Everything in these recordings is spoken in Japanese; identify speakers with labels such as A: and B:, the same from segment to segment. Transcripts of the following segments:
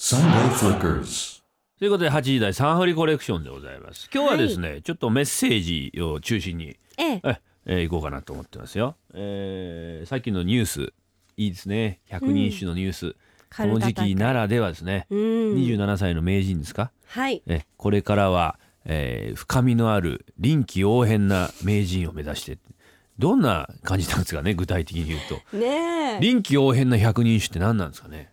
A: Sunday Flickers.
B: ということで8時台サンフリコレクションでございます今日はですね、ちょっとメッセージを中心に
C: ええ、
B: え、えー、行こうかなと思ってますよ、えー、さっきのニュースいいですね百人一首のニュース、こ
C: カル
B: の
C: タ
B: 時
C: 大会
B: 期ならではですね、
C: うん
B: 27歳の名人ですか
C: はい
B: えこれからは、えー深みのある臨機応変な名人を目指してどんな感じなんですかね具体的に言うと
C: ねえ
B: 臨機応変な百人一首って何なんですかね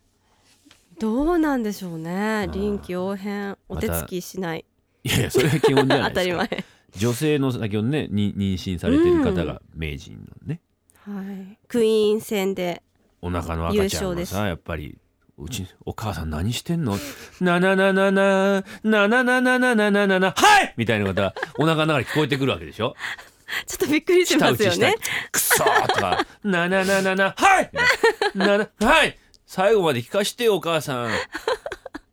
C: どうなんでしょうね臨機応変お手つきしない、
B: いやいやそれは基本じゃな
C: 当
B: いで
C: た
B: す
C: り
B: か
C: 前
B: 女性の先ほどねに妊娠されてる方が名人のね、
C: はいクイーン戦で
B: お腹の赤ちゃん
C: 優勝
B: が
C: です
B: さやっぱりうちお母さん何してんのななななななななななななななはいみたいなのがお腹の中で聞こえてくるわけでしょ
C: ちょっとびっく りし
B: 舌
C: ま
B: 打
C: す
B: ち
C: よ
B: した
C: ね
B: いくそーと かなななななはいななはい最後まで聞かしてよお母 さん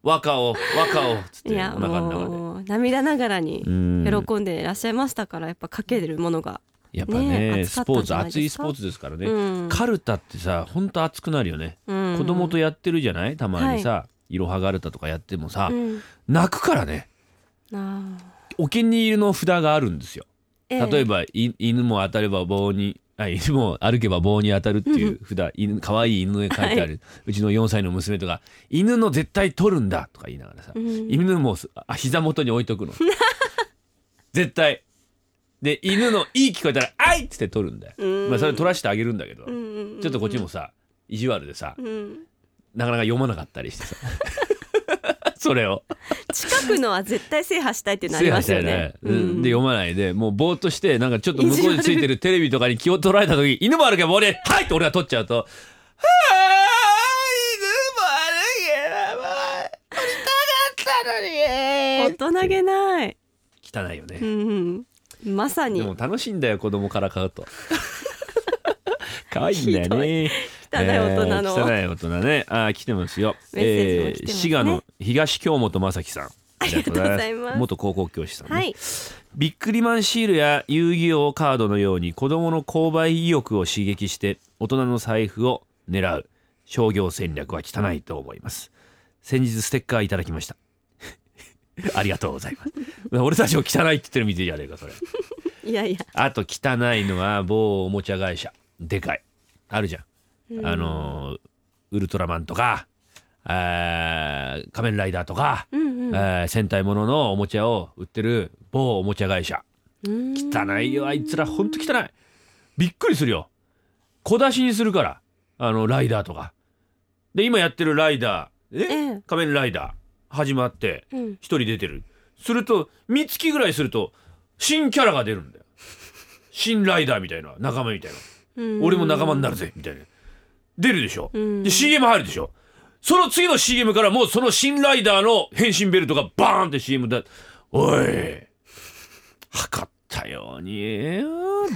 B: 和歌を和歌をつっ
C: い
B: てお
C: や
B: 腹の中で
C: もう涙ながらに
B: うん
C: 喜んでいらっしゃいましたからやっぱかけてるものが、
B: やっぱ
C: ね
B: ね
C: え暑か
B: ス
C: った
B: ポー
C: んじ
B: ツ
C: ゃないです
B: 熱
C: か
B: いスポーツですからね、
C: うん
B: カルタってさほんと熱くなるよね、
C: うん
B: 子供とやってるじゃないたまにさ「いろはがるた」とかやってもさ、
C: うん
B: 泣くからね
C: あ
B: お気に入りの札があるんですよ。
C: ー
B: 例え
C: え
B: ば、い犬も当たれば棒にあ犬も歩けば棒に当たるっていう札犬可愛い犬の絵描いてある、うちの4歳の娘とか「犬の絶対取るんだ」とか言いながらさ、
C: うん
B: 犬もすあ膝元に置いとく の絶対で犬の「いい」聞こえたら「あい!」っつって取るんだよ、
C: うん
B: まあ、それ取らしてあげるんだけど、
C: えうんうん
B: ちょっとこっちもさ意地悪でさ、
C: うん
B: なかなか読まなかったりして さそれを。
C: 近くのは絶対制覇したいってなりますよね
B: 制覇したよね
C: うん
B: で読まないでもうぼーっとしてなんかちょっと向こうについてるテレビとかに気を取られた時犬もあるけど俺「はい!」って俺が取っちゃうと「はーい犬もあるけど
C: 大人げない、
B: もう汚いよね、
C: うんうん、まさに
B: でも楽しいんだよ子供から買う と可愛いんだよね
C: 汚い大人の
B: えー汚い大人ねあー来てますよ
C: メッセージも来てますね
B: 滋賀の東京本正樹さんあ
C: りがとうございます
B: 元高校教師さんね、
C: はい
B: ビックリマンシールや遊戯王カードのように子供の購買意欲を刺激して大人の財布を狙う商業戦略は汚いと思います先日ステッカーいただきました ありがとうございます 俺たちを汚いって言ってるみてえじゃねえかそれ
C: いやいや
B: あと汚いのは某おもちゃ会社でかいあるじゃん、あのーウルトラマンとかあー仮面ライダーとか、えー戦隊もののおもちゃを売ってる某おもちゃ会社汚いよあいつらほんと汚いびっくりするよ小出しにするからあのライダーとかで今やってるライダーえ、
C: ええ
B: 仮面ライダー始まって
C: うん
B: 一人出てるすると三月ぐらいすると新キャラが出るんだよ新ライダーみたいな仲間みたいな
C: うん
B: 俺も仲間になるぜみたいな出るでしょ
C: ん
B: で CM 入るでしょその次の CM からもうその新ライダーの変身ベルトがバーンって CM だおい測ったようにええよ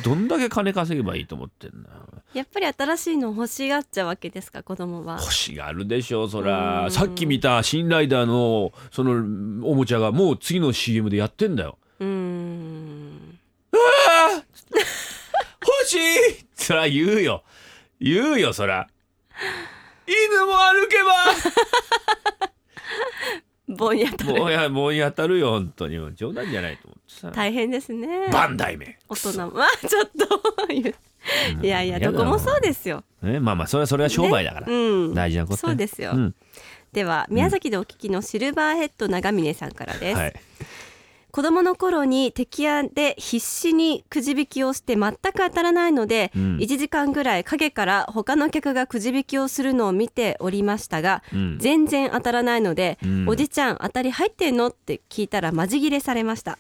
B: どんだけ金稼げばいいと思ってんだ
C: やっぱり新しいの欲しがっちゃうわけですか子供は
B: 腰があるでしょそらさっき見た新ライダーのそのおもちゃがもう次の CM でやってんだよ
C: うん
B: 欲しいそら言うよ言うよそら犬も歩けば
C: ぼんや たる
B: もうやもうやたるよ本当にもう冗談じゃないと思ってさ
C: 大変ですね
B: バンダイメ
C: 大人もあ ちょっと言ういやいや
B: やだ
C: どこもそうですよ
B: ね、まあまあそれはそれは商売だから、
C: うん
B: 大事なこと
C: そうですよ
B: うん
C: では宮崎でお聞きのシルバーヘッド長峰さんからです、
B: はい
C: 子供の頃に敵屋で必死にくじ引きをして全く当たらないので、
B: うん
C: 1時間ぐらい陰から他の客がくじ引きをするのを見ておりましたが、
B: うん
C: 全然当たらないので、
B: うん
C: おじちゃん当たり入ってんのって聞いたらマジ切れされました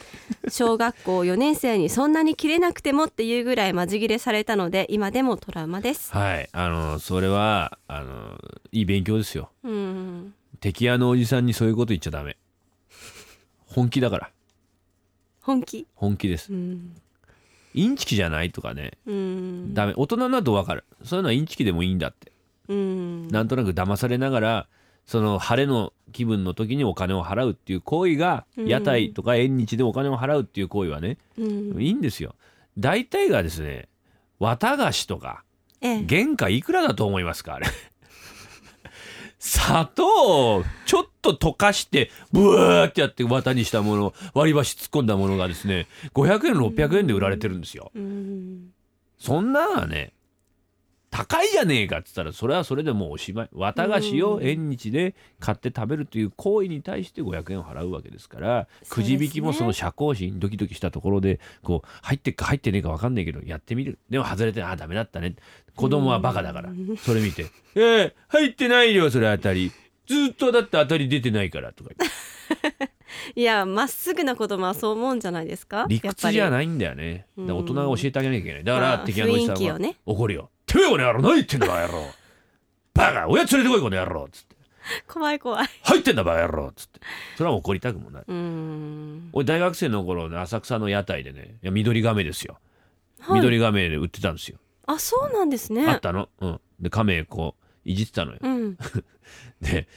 C: 小学校4年生にそんなに切れなくてもっていうぐらいマジ切れされたので今でもトラウマです
B: はいあのそれはあのいい勉強ですよ
C: うん
B: 敵屋のおじさんにそういうこと言っちゃダメ本気だから
C: 本気
B: 本気です
C: うん
B: インチキじゃないとかね
C: うん
B: ダメ大人になると分かるそういうのはインチキでもいいんだって
C: うん
B: なんとなく騙されながらその晴れの気分の時にお金を払うっていう行為が
C: うん
B: 屋台とか縁日でお金を払うっていう行為はね、
C: うん
B: いいんですよ大体がですね綿菓子とか
C: ええ
B: 原価いくらだと思いますかあれ 砂糖をちょっと溶かしてブワーってやって綿にしたもの割り箸突っ込んだものがですね500円600円で売られてるんですよ。
C: うん
B: そんなのはね高いじゃねえかっつったらそれはそれでもうおしまい綿菓子を縁日で買って食べるという行為に対して500円を払うわけですから
C: そう
B: く
C: です
B: じ
C: ね
B: 引きもその社交心ドキドキしたところでこう入ってっか入ってねえか分かんないけどやってみるでも外れてああダメだったね子供はバカだから
C: うん
B: それ見て「ええ入ってないよそれ当たりずっとだって当たり出てないから」とか言って
C: いやまっすぐな子供はそう思うんじゃないですか
B: 理屈じゃ
C: い
B: ないんだよねだから大人が教えてあげなきゃいけないだか
C: ま
B: ら
C: あ
B: 敵のおじさん
C: 雰囲気
B: は
C: をね
B: 怒るよ「てめえこの野郎何言ってんだバカ 野郎バカ親連れてこいこの野郎」っつって
C: 怖い怖い
B: 「入ってんだバカ野郎」っつってそれは怒りたくもない
C: うん
B: 俺大学生の頃ね浅草の屋台でねいや緑亀ですよ緑亀で売ってたんですよ
C: あそうなんです
B: あっ
C: ね
B: たのうんで亀こういじってたのよ
C: うん
B: で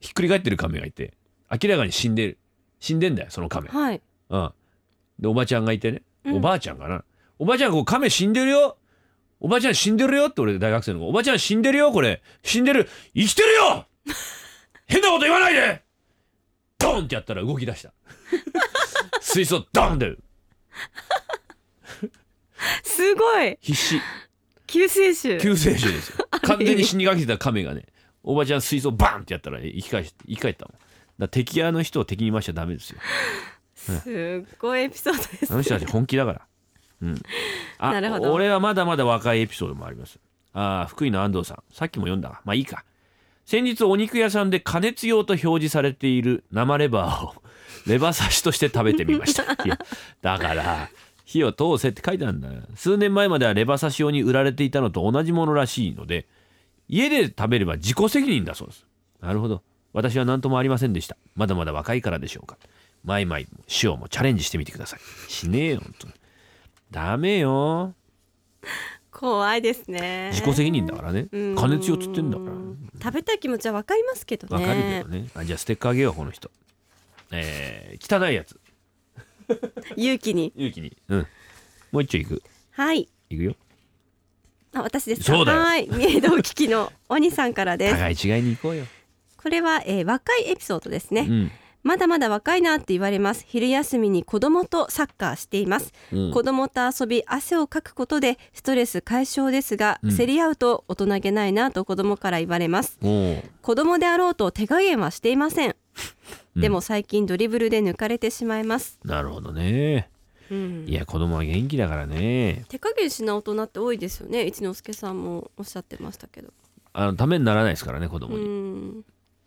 B: ひっくり返ってる亀がいて明らかに死んでる死んでんだよその亀
C: はい
B: うん、でおばちゃんがいてね
C: うん
B: おばあちゃんかな、おばあちゃんこう亀死んでるよおばあちゃん死んでるよって俺大学生の子おばあちゃん死んでるよこれ死んでる生きてる よ変なこと言わないでドンってやったら動き出した 水槽ドンって
C: すごい
B: 必死
C: 救世主
B: 救世主です よ
C: れ
B: 完全に死にかけてた亀がねおばちゃん水槽バンってやったら生き返し生き返ったもんだから敵屋の人を敵に回しちゃダメですよ
C: すっごいエピソードです
B: あの人たち本気だから。うん。あ
C: なるほど
B: 俺はまだまだ若いエピソードもあります。ああ、福井の安藤さん。さっきも読んだが。まあいいか。先日お肉屋さんで加熱用と表示されている生レバーを レバ刺しとして食べてみました。 いや、だから、火を通せって書いてあるんだよ。数年前まではレバ刺し用に売られていたのと同じものらしいので、家で食べれば自己責任だそうです。なるほど。私は何ともありませんでした。まだまだ若いからでしょうか。マイマイ、塩もチャレンジしてみてください。しねえよ、本当に。ダメよ。
C: 怖いですね
B: 自己責任だからね。
C: うん
B: 加熱用つってんだから。
C: 食べたい気持ちはわかりますけどね
B: わかるけどね。あじゃあステッカーあげよう、この人。えー、汚いやつ。
C: 勇気に
B: 勇気に。うん。もう一丁いく。
C: はい
B: いくよ。
C: あ私ですか
B: そうだよ
C: はい三重堂危機の鬼さんからです
B: 互い違いに行こうよ。
C: これは、えー若いエピソードですね、
B: うん。
C: まだまだ若いなって言われます昼休みに子供とサッカーしています、
B: うん
C: 子供と遊び汗をかくことでストレス解消ですが、
B: うん
C: 競り合うと大人げないなと子供から言われます
B: おう
C: 子供であろうと手加減はしていません
B: うん
C: でも最近ドリブルで抜かれてしまいます、
B: なるほどね。
C: うん
B: いや、子供は元気だからね。
C: 手加減しない大人って多いですよね一之輔さんもおっしゃってましたけど
B: あの、ためにならないですからね、子供
C: う
B: に。
C: ん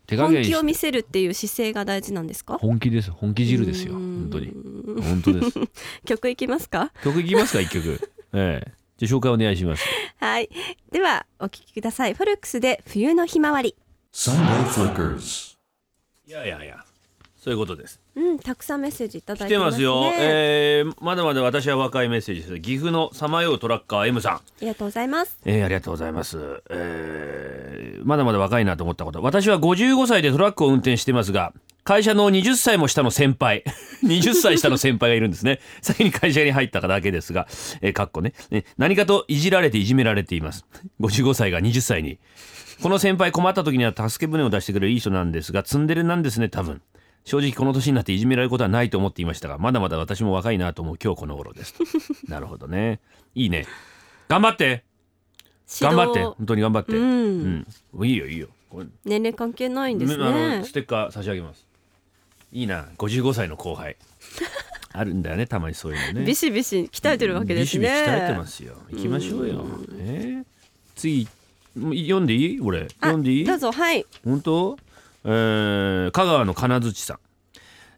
B: 手加
C: 本
B: 減し
C: 気を見せるっていう姿勢が大事なんですか
B: 本気です。本気汁ですよ。
C: うん
B: 本当に。本当 です。
C: 曲いきますか
B: 曲いきますか、一曲。ええ。じゃあ紹介お願いします。
C: はいではお聞きくださいフォルクスで冬のひまわり
A: Sunday Flickers.
B: いやいやいや。そういうことです。
C: うん、たくさんメッセージいただ
B: 来
C: いて
B: て
C: ま、
B: ますす
C: ね、
B: よ、えーまだまだ私は若いメッセージです岐阜のさまようトラッカー M さん、
C: ありがとうございます。
B: えーありがとうございます、えーまだまだ若いなと思ったこと私は55歳でトラックを運転していますが会社の20歳も下の先輩 20歳下の先輩がいるんですね先に会社に入っただけですが、えーかっこねね何かといじられていじめられています55歳が20歳にこの先輩困った時には助け舟を出してくれるいい人なんですがツンデレなんですね多分正直この年になっていじめられることはないと思っていましたがまだまだ私も若いなと思う今日この頃ですなるほどねいいね頑張って
C: 指
B: 頑
C: 導
B: 張って本当に頑張って
C: う、
B: うんん、いいよいいよこれ
C: 年齢関係ないんです
B: あの
C: ね
B: ス。テッカー差し上げますいいな55歳の後 輩あるんだよねたまにそういうのね
C: ビシビシ鍛えてるわけですね。
B: ビシビシ鍛えてますよ行きましょうよ、ね次もう読んでいい俺
C: あ
B: 読んでいい
C: どうぞ、はい。
B: 本当、えー香川の金槌さん、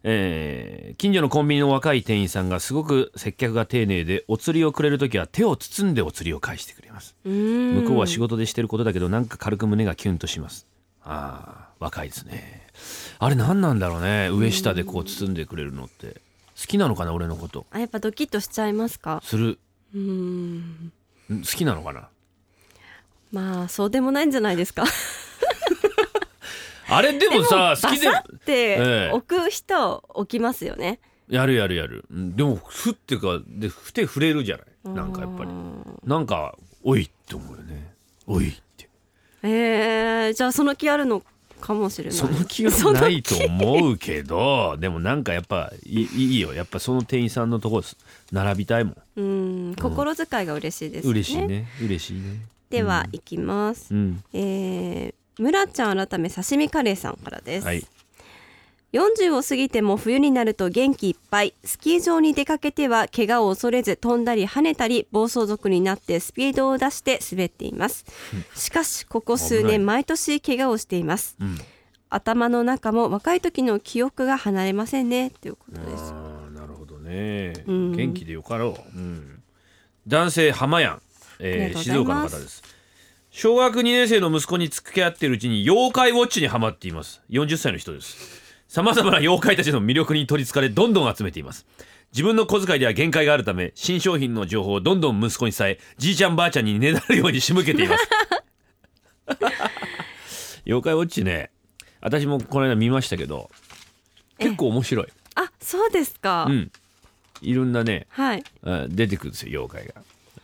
B: えー近所のコンビニの若い店員さんがすごく接客が丁寧でお釣りをくれる時は手を包んでお釣りを返してくれます
C: 向
B: 向こうは仕事でしてることだけどなんか軽く胸がキュンとしますあー若いですねあれ何なんだろうね上下でこう包んでくれるのって好きなのかな俺のこと
C: あ、やっぱドキッとしちゃいますか。
B: する
C: うーん、
B: ん好きなのかな
C: まあそうでもないんじゃないですか。
B: あれでもさ
C: バ
B: 好きで
C: サって
B: ええ
C: 置く人置きますよね。
B: やるやるやるうんでもふってかでふて触れるじゃないなんかやっぱりなんかおいって思うよねおいって
C: ええじゃあその気あるのかもしれない
B: その気はないと思うけどでもなんかやっぱいいいよやっぱその店員さんのとこ並びたいもん
C: うん心遣いが嬉しいですね
B: 嬉しいね嬉しいね
C: では、いきます、
B: うん
C: えー、村ちゃん改め刺身カレーさんからです、
B: はい
C: 40を過ぎても冬になると元気いっぱいスキー場に出かけては怪我を恐れず飛んだり跳ねたり暴走族になってスピードを出して滑っていますしかしここ数
B: 危ない
C: 年毎年怪我をしています
B: うん
C: 頭の中も若い時の記憶が離れませんねということです
B: ああなるほどね、
C: うん
B: 元気でよかろう、うん、男性浜やん、
C: あ
B: え
C: り
B: ー
C: がとう
B: 静
C: ござい
B: 岡の
C: ま
B: 方
C: す
B: です小学2年生の息子に付き合っているうちに妖怪ウォッチにはまっています40歳の人ですさまざまな妖怪たちの魅力に取りつかれどんどん集めています自分の小遣いでは限界があるため新商品の情報をどんどん息子に伝えじいちゃんばあちゃんにねだるように仕向けています 妖怪ウォッチね私もこの間見ましたけど結構面白い
C: あそうですか、
B: うん、いろんなね、
C: はい
B: うん出てくるんですよ妖怪が。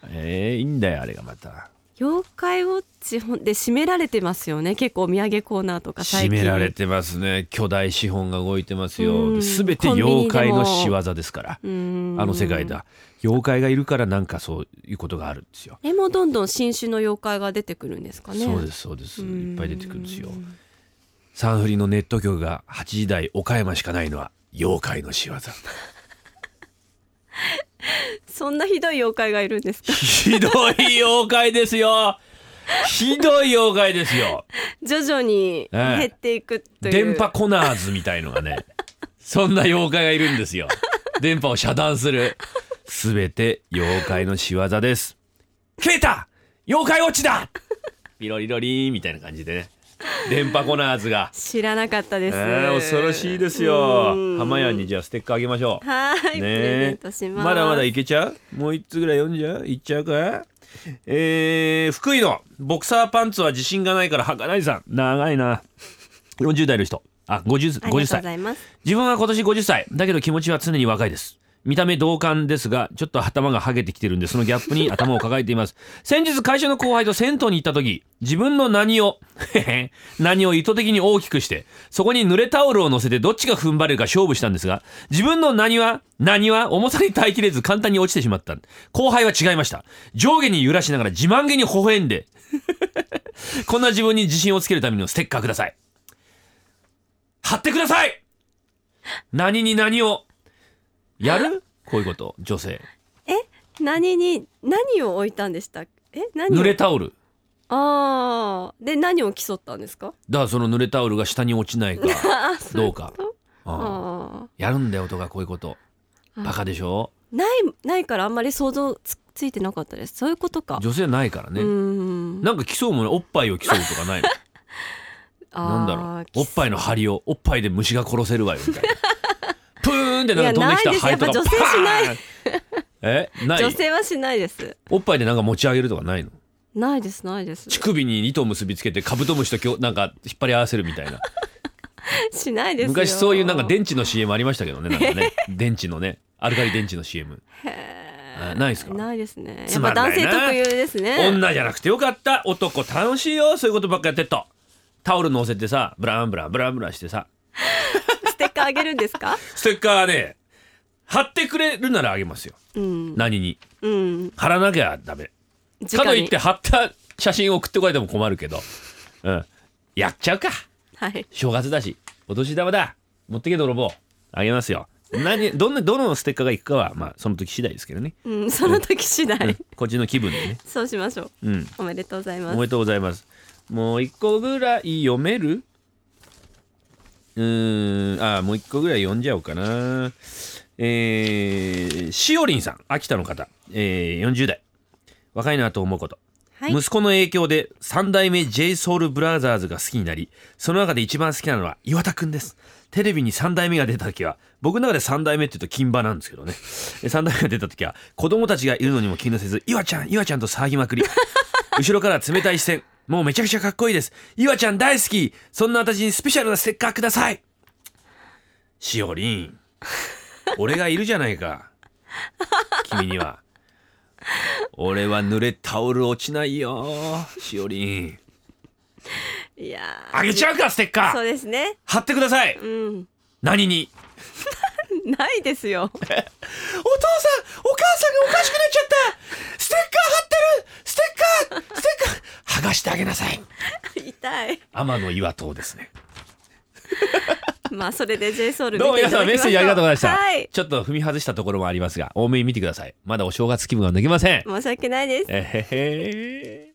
B: えー、いいんだよあれがまた。
C: 妖怪ウォッチほんで締められてますよね結構お土産コーナーとか最
B: 締
C: 近
B: められてますね巨大資本が動いてます
C: う
B: よ
C: ん
B: 全て
C: コンビニでも
B: 妖怪の仕業ですからあ
C: うん
B: の世界だ妖怪がいるからなんかそういうことがあるんですよ、
C: でもどんどん新種の妖怪が出てくるんですかね
B: そうですすそうですいっぱい出てくるんですよサンフリのネット局が8時台岡山しかないのは妖怪の 仕業
C: そんなひどい妖怪がいるん ですか
B: ひどい妖怪ですよひどい妖怪ですよ
C: 徐々に減っていくという、、
B: 電波コナーズみたいのがねそんな妖怪がいるんですよ電波を遮断するすべて妖怪の仕業です消えた妖怪落ちだピロリロリーンみたいな感じでね電波コナーズが
C: 知らなかった
B: え
C: です、
B: ー、恐ろしいですよ浜屋にじゃあステッカーあげましょう
C: はーい、
B: ね
C: プレゼントします
B: まだまだいけちゃうもう一つぐらい読んじゃういっちゃうかえー、福井のボクサーパンツは自信がないから履かないさん長いな40代の人あ50
C: ありがとうご
B: 50歳
C: ざいます
B: 自分は今年50歳だけど気持ちは常に若いです見た目同感ですがちょっと頭がハゲてきてるんでそのギャップに頭を抱えています 先日会社の後輩と銭湯に行った時自分の何を 何を意図的に大きくしてそこに濡れタオルを乗せてどっちが踏ん張れるか勝負したんですが自分の何は何は重さに耐えきれず簡単に落ちてしまった後輩は違いました上下に揺らしながら自慢げに微笑んで こんな自分に自信をつけるためのステッカーください貼ってください何に何をやるこういうこと女性
C: 何に何を置いたんでしたえ何を
B: 濡れタオル
C: ああで何を競ったんですか
B: だからその濡れタオルが下に落ちないか どうかうん
C: あ
B: やるんだよ男がこういうことバカでしょ
C: ーないないからあんまり想像つついてなかったですそういうことか
B: 女性ないから
C: う
B: ね
C: ん
B: なんか競うものおっぱいを競うとか ないのなんだろうおっぱいの張りをおっぱいで虫が殺せるわよみたいなプーンってなんか飛んできた
C: いや
B: ハエとか
C: ないですやっぱ女性しない
B: パーンえな
C: 女
B: い
C: 性はしないです
B: おっぱいでなんか持ち上げるとかないの
C: ないですないです
B: 乳首に糸を結びつけてカブトムシときょなんか引っ張り合わせるみたいな
C: しないですよ
B: 昔そういうなんか電池の CM ありましたけどねなんかね電池のねアルカリ電池の CM あないですか
C: ないですねや
B: つ
C: っ
B: ま
C: ぱ
B: んない
C: 男
B: な
C: 性特有ですね
B: 女じゃなくてよかった男楽しいよそういうことばっかやってっとタオル乗せてさブランブランブランブランしてさ
C: ステッカーあげるんですか
B: ステッカーね貼ってくれるならあげますよ
C: うん
B: 何に
C: うん
B: 貼らなきゃダメ
C: 直
B: か
C: に
B: といって貼った写真送ってこられても困るけどうんやっちゃうか
C: はい
B: 正月だしお年玉だ持ってけ泥棒あげますよ何どんなどのステッカーがいくかはまあその時次第ですけどね
C: うんその時次第、
B: こっちの気分でね。
C: そうしましょ
B: う
C: う
B: ん。
C: おめでとうございま
B: お
C: す
B: めでとうございます。もう一個ぐらい読めるうーん。あー、もう一個ぐらい読んじゃおうかな。えー、しおりんさん、秋田の方、えー、40代。若いなと思うこと。
C: はい
B: 息子の影響で三代目 j s o u l b r o t h e r s が好きになりその中で一番好きなのは岩田くんですテレビに三代目が出た時は僕の中で三代目って言うと金馬なんですけどねえ三代目が出た時は子供たちがいるのにも気にせず「岩ちゃん岩ちゃん」と騒ぎま くり後ろから冷たい視線もうめちゃくちゃかっこいいです岩ちゃん大好きそんな私にスペシャルなステッカーくださいしおりん俺がいるじゃないか君には。俺は濡れタオル落ちないよしおりん
C: いやー
B: あげちゃうかステッカ
C: そう
B: ー
C: ですね
B: 貼ってください
C: うん
B: 何に
C: ないで すよ
B: お父さんお母さんがおかしくなっちゃったステッカー貼ってるステッカーステッカー剥がしてあげなさい
C: 痛い
B: 天の岩塔ですね
C: まあそれで J ソウル
B: どうも皆さんメッセージありがとうございました、
C: はい
B: ちょっと踏み外したところもありますが多めに見てくださいまだお正月気分が抜けません
C: 申し訳ないです
B: えへへ